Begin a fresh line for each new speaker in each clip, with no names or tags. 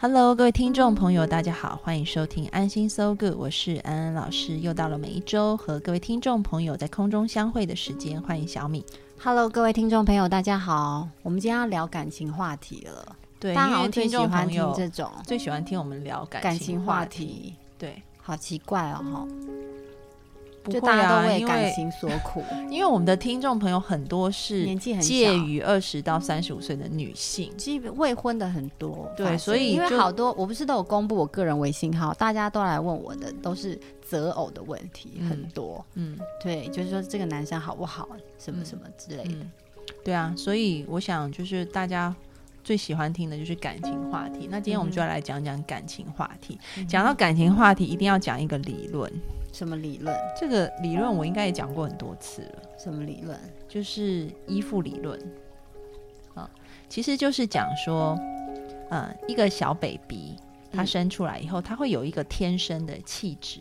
Hello，各位听众朋友，大家好，欢迎收听《安心 So Good》，我是安安老师。又到了每一周和各位听众朋友在空中相会的时间，欢迎小米。
Hello，各位听众朋友，大家好。我们今天要聊感情话题了，
对，
大家
因
好
为
像最
听
喜
众
欢
朋
听
友
这种
最喜欢听我们聊感
感
情
情
话嗯
话，题，
对，
好奇怪哦，哈、
不
就
会
大家
啊
都为
因
感情所 苦，
因为我们的听众朋友很多是
年纪很小
介于二十到三十五岁的女性，
基本未婚的很多，
对
发现
所以
因为
就
好多我不是都有公布我个人微信号，大家都来问我的都是择偶的问题，
嗯
很多，
嗯
对，就是说这个男生好不好，什么
嗯
什么之类的。
嗯，对啊，所以我想就是大家。最喜欢听的就是感情话题，那今
嗯
天我们就要来讲讲感情话题。讲到感情话题，一定要讲一个理论，
什么理论？
这个理论我应该也讲过很多次了，
什么理论？
就是依附理论啊，其实就是讲说，呃，一个小 baby 他
嗯
生出来以后，他会有一个天生的气质，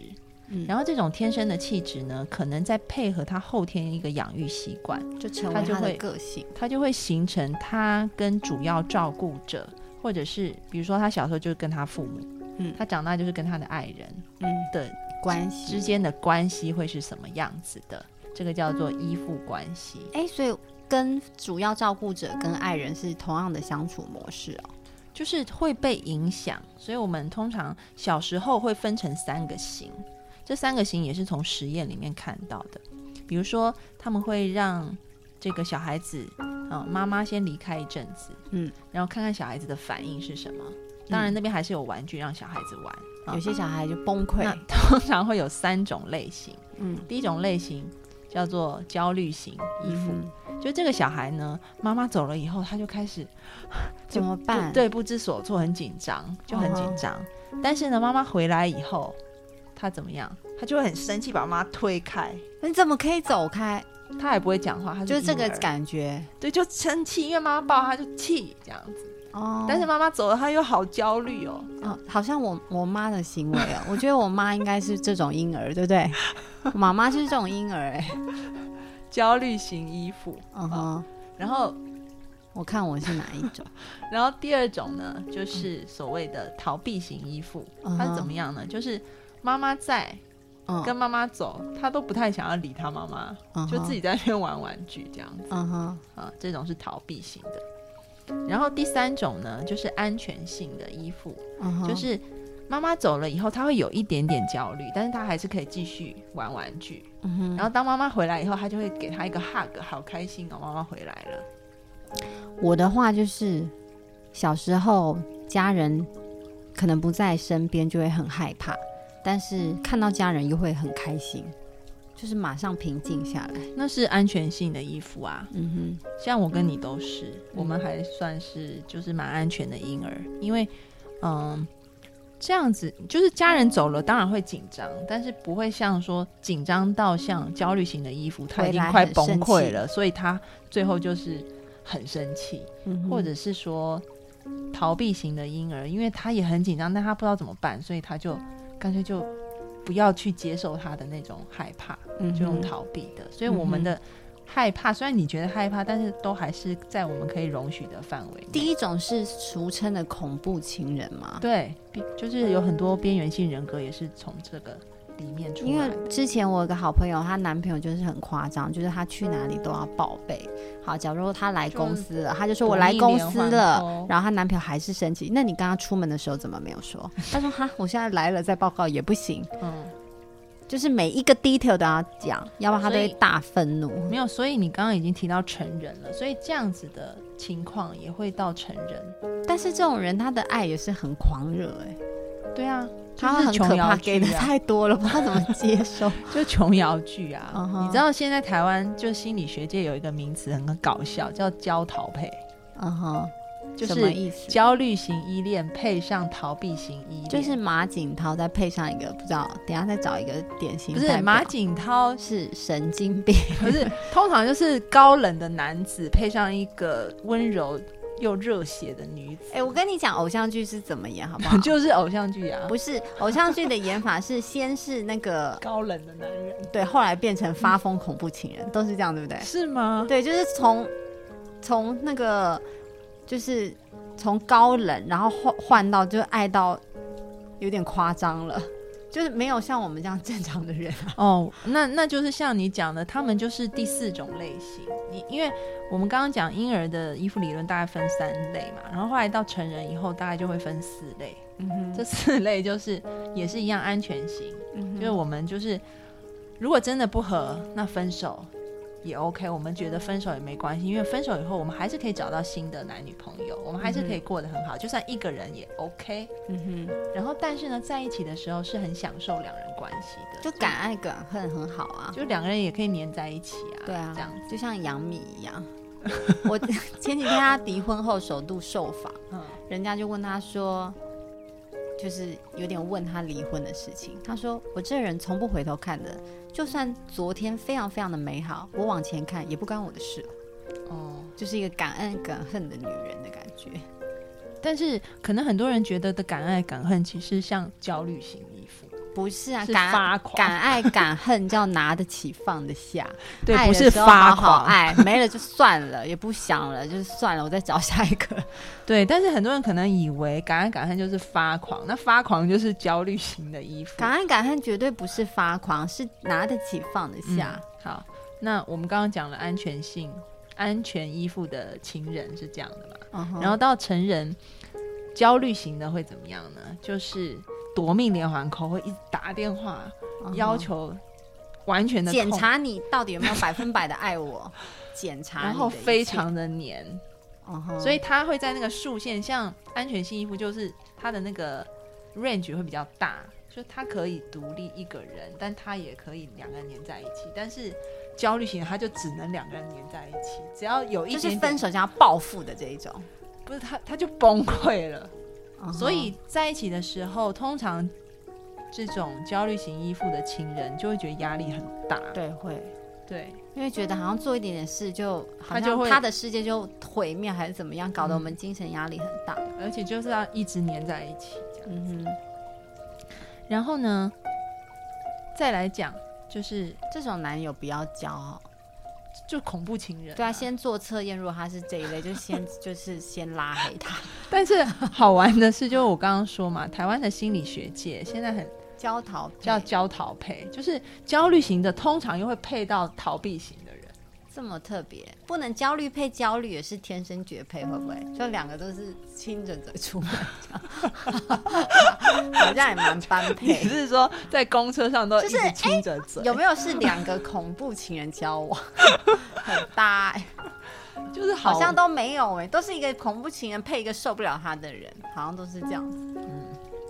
嗯
然后这种天生的气质呢，可能再配合他后天一个养育习惯，
就成
他
为
就
他的
会
个性。
他就会形成他跟主要照顾者，或者是比如说他小时候就是跟他父母，
嗯
他长大就是跟他的爱人
嗯，
的
关
之
系。
间的关系会是什么样子的，这个叫做依附关系。
哎，所以跟主要照顾者跟爱人是同样的相处模式哦。
就是会被影响，所以我们通常小时候会分成三个型，这三个型也是从实验里面看到的。比如说，他们会让这个小孩子，啊、妈妈先离开一阵子，
嗯，
然后看看小孩子的反应是什么。当然，那边还是有玩具让小孩子玩。啊
有些小孩就崩溃
那。通常会有三种类型，
嗯，
第一种类型叫做焦虑型依附，
嗯
就这个小孩呢，妈妈走了以后，他就开始就
怎么
不
办？，
对，不知所措，很紧张，就很紧
哦
张。但是呢，妈妈回来以后，他怎么样？他就会很生气，把妈妈推开，
你怎么可以走开？
他也不会讲话，他
就是这
婴
个
儿，
感觉
对，就生气，因为妈妈抱他就气这样子。
哦。
但是妈妈走了，他又好焦虑哦。
哦，好像我我妈的行为哦，我觉得我妈应该是这种婴儿，对不对？我妈妈就是这种婴儿，哎，
焦虑型依附，
嗯哼，
然后，
我看我是哪一种，
然后第二种呢，就是所谓的逃避型依附，
嗯
他是
哼
怎么样呢？就是妈妈在，跟
嗯
妈妈走，他都不太想要理他妈妈，
嗯哼，
就自己在那边玩玩具这样子。
嗯哼，
啊，这种是逃避型的。然后第三种呢，就是安全性的依附，
嗯哼，
就是妈妈走了以后，他会有一点点焦虑，但是他还是可以继续玩玩具。
嗯哼，
然后当妈妈回来以后，他就会给他一个 hug，好开心哦，妈妈回来了。
我的话就是，小时候家人可能不在身边，就会很害怕，但是看到家人又会很开心，就是马上平静下来。
那是安全性的依附啊，
嗯
像我跟你都是，我们还算是就是蛮安全的婴儿，因为嗯。这样子就是家人走了，当然会紧张，但是不会像说紧张到像焦虑型的衣服，他已经
回来
快
很
崩
生
溃
气
了，所以他最后就是很生气，
哼，嗯哼
或者是说逃避型的婴儿，因为他也很紧张，但他不知道怎么办，所以他就干脆就不要去接受他的那种害怕。
嗯哼嗯
就用逃避的。所以我们的害怕，虽然你觉得害怕，但是都还是在我们可以容许的范围内。
第一种是俗称的恐怖情人嘛，
对，比就是有很多边缘性人格也是从这个里面出
因
来
为。之前我有个好朋友，她男朋友就是很夸张，就是他去哪里都要报备。好，假如他来公司了，他就说我来公司了，然后她男朋友还是生气。那你刚刚出门的时候怎么没有 说？他说哈，我现在来了再报告也不行，
嗯，
就是每一个 detail 都要讲，要不然他都
所
会
以
大愤怒。
没有。所以你刚刚已经提到成人了，所以这样子的情况也会到成人。
但是这种人他的爱也是很狂热哎、
对啊，
他
就是
很
琼
可
瑶
怕，给的
剧啊，
太多了，不 知道怎么接受。
就琼瑶剧啊。
嗯哼
你知道现在台湾就心理学界有一个名词很搞笑，叫“焦逃配”。
嗯哼，
就
什么
是
意思？
焦虑型依恋配上逃避型依恋，
就是马景涛再配上一个不知道，等一下再找一个典型
不
代表，
是马景涛
是神经病，
可是通常就是高冷的男子配上一个温柔又热血的女子，？
哎、我跟你讲，偶像剧是怎么演，好 不好
就是偶像剧啊，
不是偶像剧的演法是先是那个
高冷的男人
对，后来变成发疯恐怖情人，都是这样，对不对？
是吗？
对，就是从从那个就是从高冷，然后换换到就是爱到有点夸张了，就是没有像我们这样正常的人。啊
哦，那那就是像你讲的，他们就是第四种类型。你因为我们刚刚讲婴儿的依附理论大概分三类嘛，然后后来到成人以后，大概就会分四类。
嗯哼，嗯
这四类就是也是一样安全型，就是我们就是如果真的不合，那分手也 OK，我们觉得分手也没关系，因为分手以后我们还是可以找到新的男女朋友，我们还是可以过得很好，就算一个人也 OK。
嗯哼，
然后但是呢，在一起的时候是很享受两人关系的，
就敢爱敢恨很好啊。
就两个人也可以黏在一起啊，
对啊，
这样子，
就像杨幂一 样。我前几天她离婚后首度受访，
嗯，
人家就问她说，就是有点问她离婚的事情。她说：“我这人从不回头看的，就算昨天非常非常的美好，我往前看也不关我的事。
哦。”
就是一个敢恩敢恨的女人的感觉。
但是可能很多人觉得的敢爱敢恨，其实像焦虑型依附，
不是啊，
是
敢
发狂，
敢爱敢恨叫拿得起放得下，
对，
爱
不
的
是
时候好
发
好
狂，
爱，没了就算了，也不想了，就是算了，我再找下一个。
对，但是很多人可能以为敢爱敢恨就是发狂，那发狂就是焦虑型的衣服。
敢爱敢恨绝对不是发狂，是拿得起放得
嗯
下。
好，那我们刚刚讲了安全性，安全依附的情人是这样的嘛？
嗯哼
然后到成人，焦虑型的会怎么样呢？就是夺命连环扣，会一直打电话、要求完全的
嗯检，查你到底有没有百分百的爱我， 检查你的
然后
一切
非，常的黏，
嗯哼
所以他会在那个竖线，像安全性衣服，就是他的那个 range 会比较大，就是他可以独立一个人，但他也可以两个人黏在一起。但是焦虑型的他就只能两个人黏在一起，只要有一
就
点点
是分手加报复的这一种。
不是他他就崩溃了。
嗯哼
所以在一起的时候，通常这种焦虑型依附的情人就会觉得压力很大，
对会，
对
因为觉得好像做一点点事就好
他就
像
会嗯
他的世界就毁灭还是怎么样，搞得我们精神压力很大。
而且就是要一直黏在一起这样。
嗯哼，
然后呢，再来讲就是
这种男友不要交哦。
就恐怖情人、
对啊，先做测验，如果他是这一类，就先就是先拉黑他，
但是好玩的是，就是我刚刚说嘛，台湾的心理学界现在很
交逃配
叫焦逃配，就是焦虑型的，通常又会配到逃避型的人。
这么特别，不能焦虑配焦虑也是天生绝配，会不会？就两个都是亲着嘴出门，这样好像也蛮般
你
配。
是说在公车上都一
就是哎
直亲着嘴，
有没有是两个恐怖情人交往，很搭、欸？
就是好
好像都没有哎、都是一个恐怖情人配一个受不了他的人，好像都是这样子。嗯，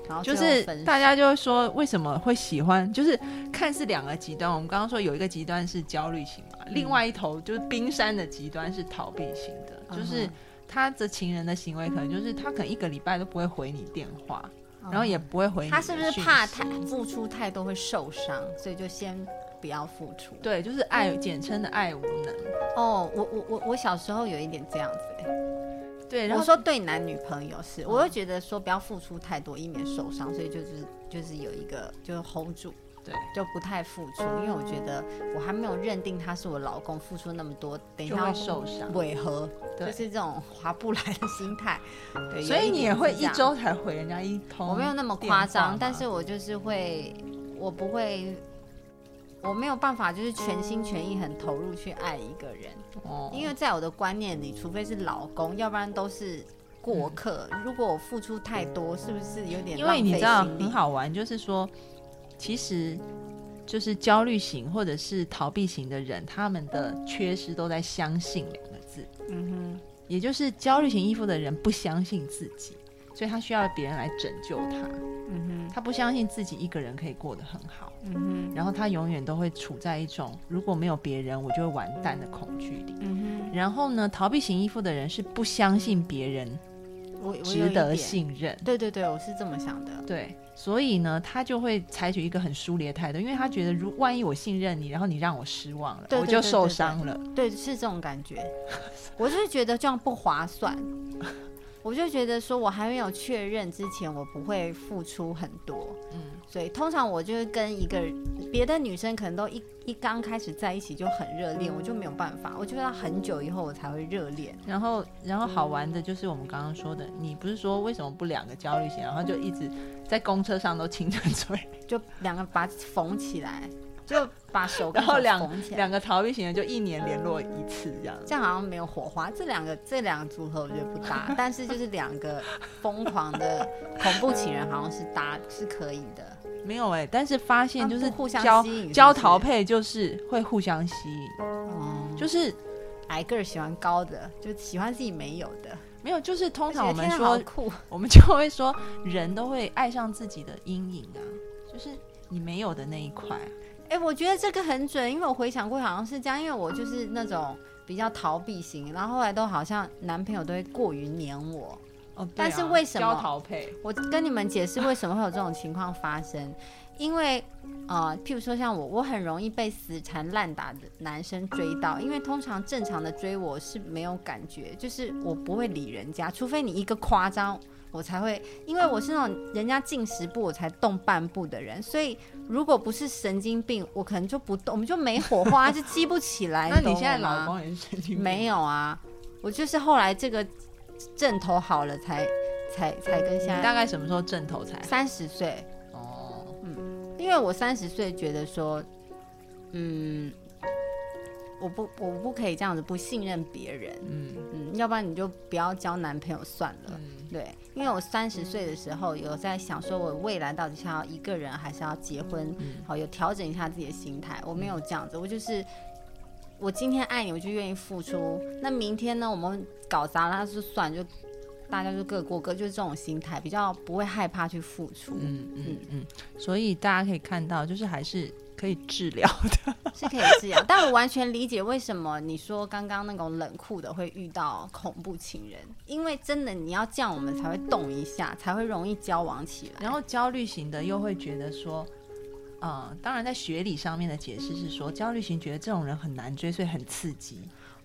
然后最
就
后
是
分手
大家就会说为什么会喜欢，就是看似两个极端。我们刚刚说有一个极端是焦虑型嘛，
嗯
另外一头就是冰山的极端是逃避型的，就是
嗯哼
他的情人的行为可能就是他可能一个礼拜都不会回你电话，然后也不会回你
嗯他
的
是
讯
不
息。
是怕太付出太多会受伤，所以就先不要付出？
对，就是爱，简称的爱无能。
哦，我我我我小时候有一点这样子、欸，
对，然
我
后嗯
说对男女朋友是，我又觉得说不要付出太多，以免受伤，所以就是就是有一个就是 hold 住，
对，
就不太付出，
嗯
因为我觉得我还没有认定他是我老公，付出那么多，等一
就
下
会受伤。
违和，就
对
是这种划不来的心态，对，
所
有
以
点
你也会
是这
一
样
周才回人家一通，
我没有那么夸张，但是我就是会，我不会，我没有办法，就是全心全意、很投入去爱一个人，
哦，
因为在我的观念里，除非是老公，要不然都是过
嗯
客。如果我付出太多，是不是有点
因
浪
为
费
你知道
心力
很？好玩，就是说，其实就是焦虑型或者是逃避型的人，他们的缺失都在“相信”两个字，
嗯
也就是焦虑型依附的人不相信自己，
哼，
所以她需要别人来拯救她。
嗯
她不相信自己一个人可以过得很好，
哼，嗯哼，
然后她永远都会处在一种如果没有别人，我就会完蛋的恐惧里。
嗯
然后呢，逃避型依附的人是不相信别人
哼，我我有
值
一
得
点。
信任。
对对对，我是这么想的。
对，所以呢，他就会采取一个很疏离的态度，因为他觉得如万一我信任你，然后你让我失望了，
嗯对
我
对
就
对
受
对对
伤了。嗯
对，是这种感觉。我就是觉得这样不划算，我就觉得说我还没有确认之前，我不会付出很多。
嗯，
所以通常我就是跟一个别的女生，可能都一一刚开始在一起就很热恋，我就没有办法，我就要很久以后我才会热恋。
然后，然后好玩的就是我们刚刚说的，你不是说为什么不两个焦虑型，然后就一直在公车上都亲着嘴，
就两个把它缝起来，就把手跟
然后
手
两
缝起来，
两个逃避型的就一年联络一次这样子。
这样好像没有火花。这两个这两个组合我觉得不搭，但是就是两个疯狂的恐怖情人好像是搭是可以的，
没有哎、但是发现就是
啊不互相
交
吸引是不是
交逃配就是会互相吸引，
哦、
就
就
是
矮个儿喜欢高的，就喜欢自己没有的。
没有，就是通常
而且
我们
天啊
说
好酷，
我们就会说，人都会爱上自己的阴影啊，就是你没有的那一块啊。
哎、我觉得这个很准，因为我回想过好像是这样，因为我就是那种比较逃避型，然后后来都好像男朋友都会过于黏我。
哦，对啊
但是为什么
交逃配？
我跟你们解释为什么会有这种情况发生，因为呃，譬如说像我，我很容易被死缠烂打的男生追到，因为通常正常的追我是没有感觉，就是我不会理人家，除非你一个夸张。我才会，因为我是那种人家进十步我才动半步的人，所以如果不是神经病，我可能就不动，我们就没火花，就激不起来。
那你
懂
现在
我吗
老公也是神经病？
哎没有啊，我就是后来这个阵头好了才才才跟现
你
在
大概什么时候正头才？
三十岁，
哦，
因为我三十岁觉得说，嗯，我不我不可以这样子不信任别人，
嗯
嗯，要不然你就不要交男朋友算了。
嗯，
对，因为我三十岁的时候有在想，说我未来到底是要一个人还是要结婚，
嗯
好有调整一下自己的心态。我没有这样子，我就是我今天爱你，我就愿意付出。那明天呢，我们搞砸了那就算，就大家就各过各，就是这种心态，比较不会害怕去付出，
嗯嗯嗯，所以大家可以看到，就是还是可以治疗的。
是可以这样。但我完全理解为什么你说刚刚那种冷酷的会遇到恐怖情人，因为真的你要这样，我们才会动一下，才会容易交往起来。
然后焦虑型的又会觉得说。呃，当然，在学理上面的解释是说，焦虑型觉得这种人很难追，所以很刺激，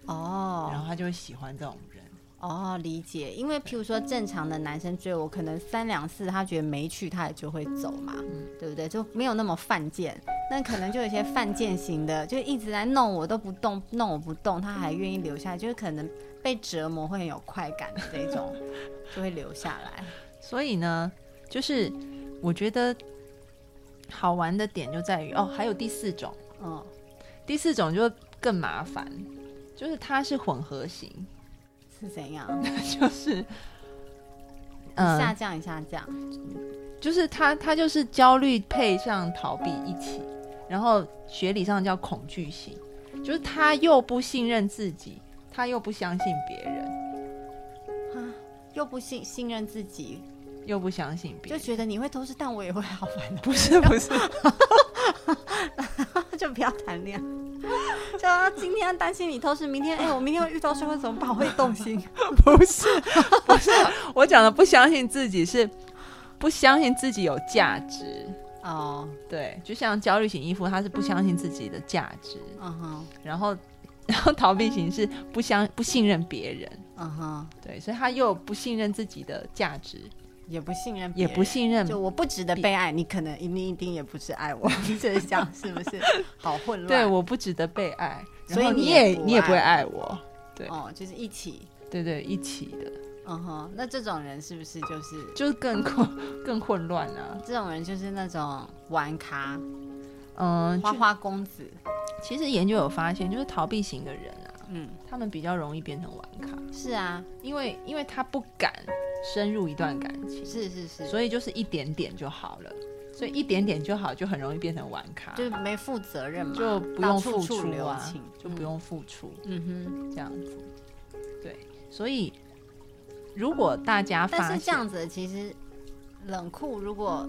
哦
然后他就会喜欢这种人。
哦，理解。因为譬如说正常的男生追我，可能三两次他觉得没趣，他也就会走嘛，对不对？就没有那么犯贱。那可能就有一些犯贱型的，就一直在弄我都不动，弄我不动，他还愿意留下来，就是可能被折磨会很有快感的这种，就会留下来。
所以呢，就是我觉得好玩的点就在于哦，还有第四种，
嗯，
第四种就更麻烦，就是它是混合型，
是怎样？
就是
一下
嗯，
降一下降，
就是它它就是焦虑配上逃避一起，然后学理上叫恐惧型，就是他又不信任自己，他又不相信别人，
啊，又不信信任自己，
又不相信别
就
人，
觉得你会偷吃，但我也会好烦啊的，
不 是不是，
就不要谈恋爱。就他今天担心你偷吃，明天哎、我明天会遇到社会怎么办？我会动心。
不是， 不是，我讲的不相信自己是不相信自己有价值。
哦，
对，就像焦虑型依附，他是不相信自己的价值，
嗯哼，
然后， 然后逃避型是不相不信任别人，
嗯哼，
对，所以他又不信任自己的价值，
也不信任别
也
人，
不信任，
就我不值得被爱，你可能一定一定也不是爱我， 就是这样，是不是？好混乱。
对，我不值得被爱，然
所以
后
你也
也
不
你也不会
爱
爱我，对
哦，就是一起。
对对，一起的，
嗯哼，那这种人是不是就是
就是更混 更混乱啊，
这种人就是那种玩咖、
嗯，
花
就
花公子？
其实研究有发现，就是逃避型的人啊，
嗯，
他们比较容易变成玩咖。
是啊，
因为因为他不敢深入一段感情，
是是是，
所以就是一点点就好了，所以一点点就好，就很容易变成玩咖，
就是没负责任嘛，
就不用付
到处处
出
留
啊嗯
情，嗯
就不。用付出、
嗯嗯
这样子，对，所以如果大家发
但
现
是这样子其实冷酷如果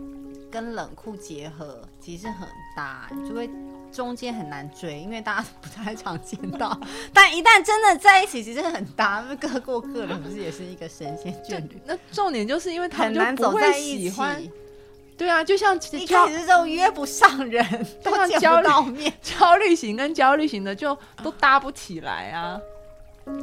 跟冷酷结合，其实很搭，就会中间很难追，因为大家不太常见到。 但一旦真的在一起，其实很搭，因为各过各的，不是也是一个神仙眷侣，
那重点就是因为他
很
们
难
就不
走
会
在一
喜
起。
欢，对啊，就像
一
焦
开始就约不上人，
就
都
像
见
焦
不
虑
到面。
焦虑型跟焦虑型的就
啊
都搭不起来啊。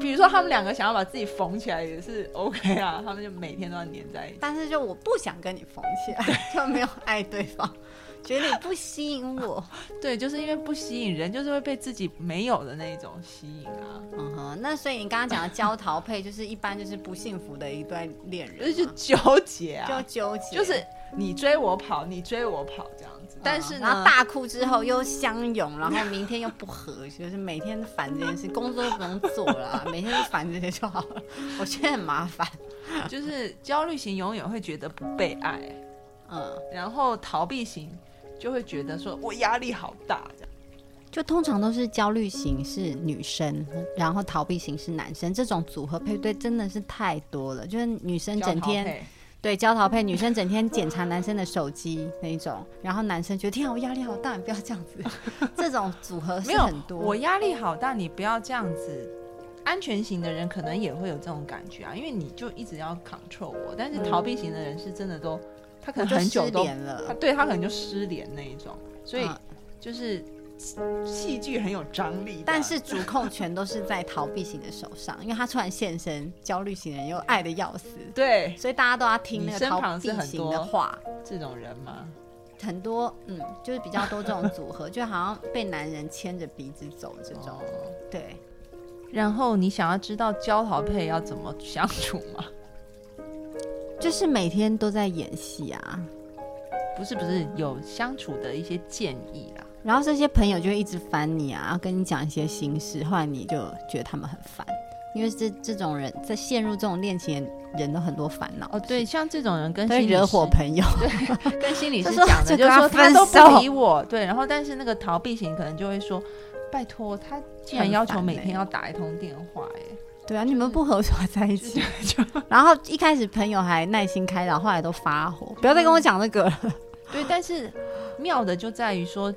比如说他们两个想要把自己缝起来也是 OK 啊，他们就每天都要黏在一起。
但是就我不想跟你缝起来， 就没有爱对方， 觉得你不吸引 我。
对，就是因为不吸引人，就是会被自己没有的那一种吸引啊。
嗯哼，那所以你刚刚讲的焦桃配，就是一般就是不幸福的一段恋人
就是
嘛，
就纠结
就
啊，
纠结，
就是你追我跑，你追我跑这样子。啊但是
嗯然后
呢，
大哭之后又相拥，然后明天又不和，就是每天烦这件事，工作都不用做了 啊，每天就烦这些就好了， 我觉得很麻烦。
就是焦虑型永远会觉得不被爱，
嗯，
然后逃避型就会觉得说我压力好大这样。
就通常都是焦虑型是女生，然后逃避型是男生，这种组合配对真的是太多了，就是女生整
焦
天
虑。
对，焦桃配女生整天检查男生的手机那一种，然后男生觉得天啊，我压力好大，你不要这样子。 这种组合
没
是
有
很，多，
我压力好大，你不要这样子。安全型的人可能也会有这种感觉啊，因为你就一直要 control 我，但是逃避型的人是真的都，他可
我
能
就
很
失
久都，
联
他
了。
对他可能就失联那一种，所以
嗯
就是戏剧很有张力的啊，
但是主控权都是在逃避型的手上，因为他突然现身，焦虑型的人又爱的要死，
对
所以大家都要听那
你
个
身
逃
旁
避
是很
型的
多
话。
这种人嘛，
很多嗯，就是比较多这种组合，就好像被男人牵着鼻子走这种。
哦
对，
然后你想要知道焦桃配要怎么相处吗？
就是每天都在演戏啊，
不是不是，有相处的一些建议啦。
然后这些朋友就会一直烦你啊，跟你讲一些心事，后来你就觉得他们很烦，因为这这种人在陷入这种恋情的人都很多烦恼
哦，对，，像这种人跟
都会
心理
惹
师
火朋友，
跟心 理
就
师
说
讲的，
就
就是
跟他
说他
分
都不
手
理我，对，然后但是那个逃避型可能就会说，拜托，他竟然
很
要求
烦
每
欸
天要打一通电话、 欸
对啊，你们不合作在一起，
哎，
然后一开始朋友还耐心开导，后来都发火，不要再跟我讲这个了，
对，但是妙的就在于说，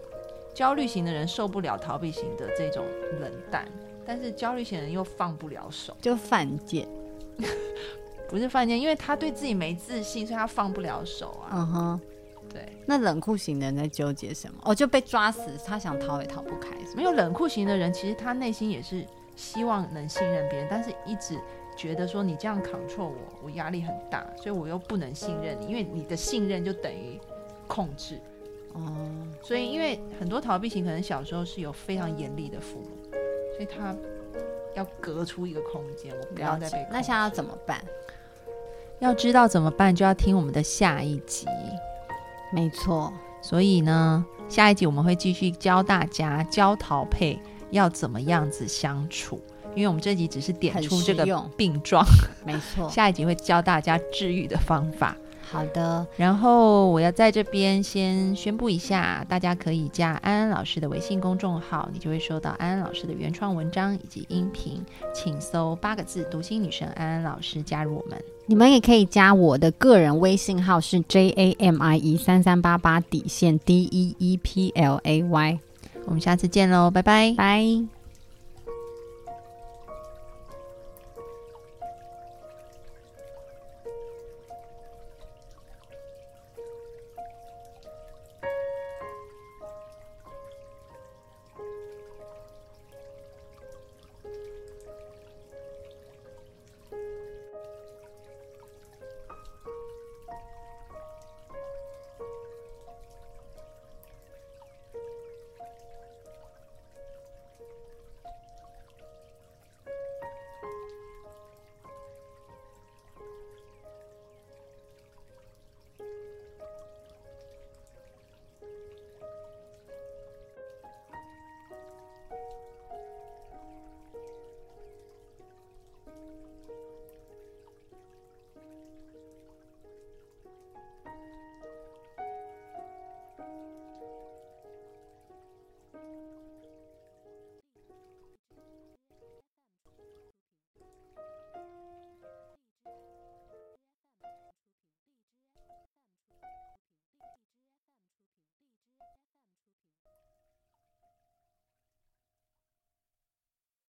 焦虑型的人受不了逃避型的这种冷淡，但是焦虑型的人又放不了手，
就犯贱，
不是犯贱，因为他对自己没自信，所以他放不了手啊，
嗯哼。
对，
那冷酷型的人在纠结什么？哦，就被抓死，他想逃也逃不开，是吗
没有冷酷型的人，其实他内心也是希望能信任别人，但是一直觉得说你这样 control 我，我压力很大，所以我又不能信任你，因为你的信任就等于控制。
哦，
所以，因为很多逃避型可能小时候是有非常严厉的父母，所以他要隔出一个空间，我不要
了
再
解
被控。制。
那现在要怎么办？
要知道怎么办，就要听我们的下一集。
没错，
所以呢，下一集我们会继续教大家教陶配要怎么样子相处，因为我们这集只是点
很
出
实
这个
用
病状，
没错。
下一集会教大家治愈的方法。
好的，
然后我要在这边先宣布一下，大家可以加安安老师的微信公众号，你就会收到安安老师的原创文章以及音频，请搜八个字“读心女神安安老师”加入我们。
你们也可以加我的个人微信号是 J A M I E 三三八八底线 D E E P L A Y。
我们下次见喽，拜拜。
拜。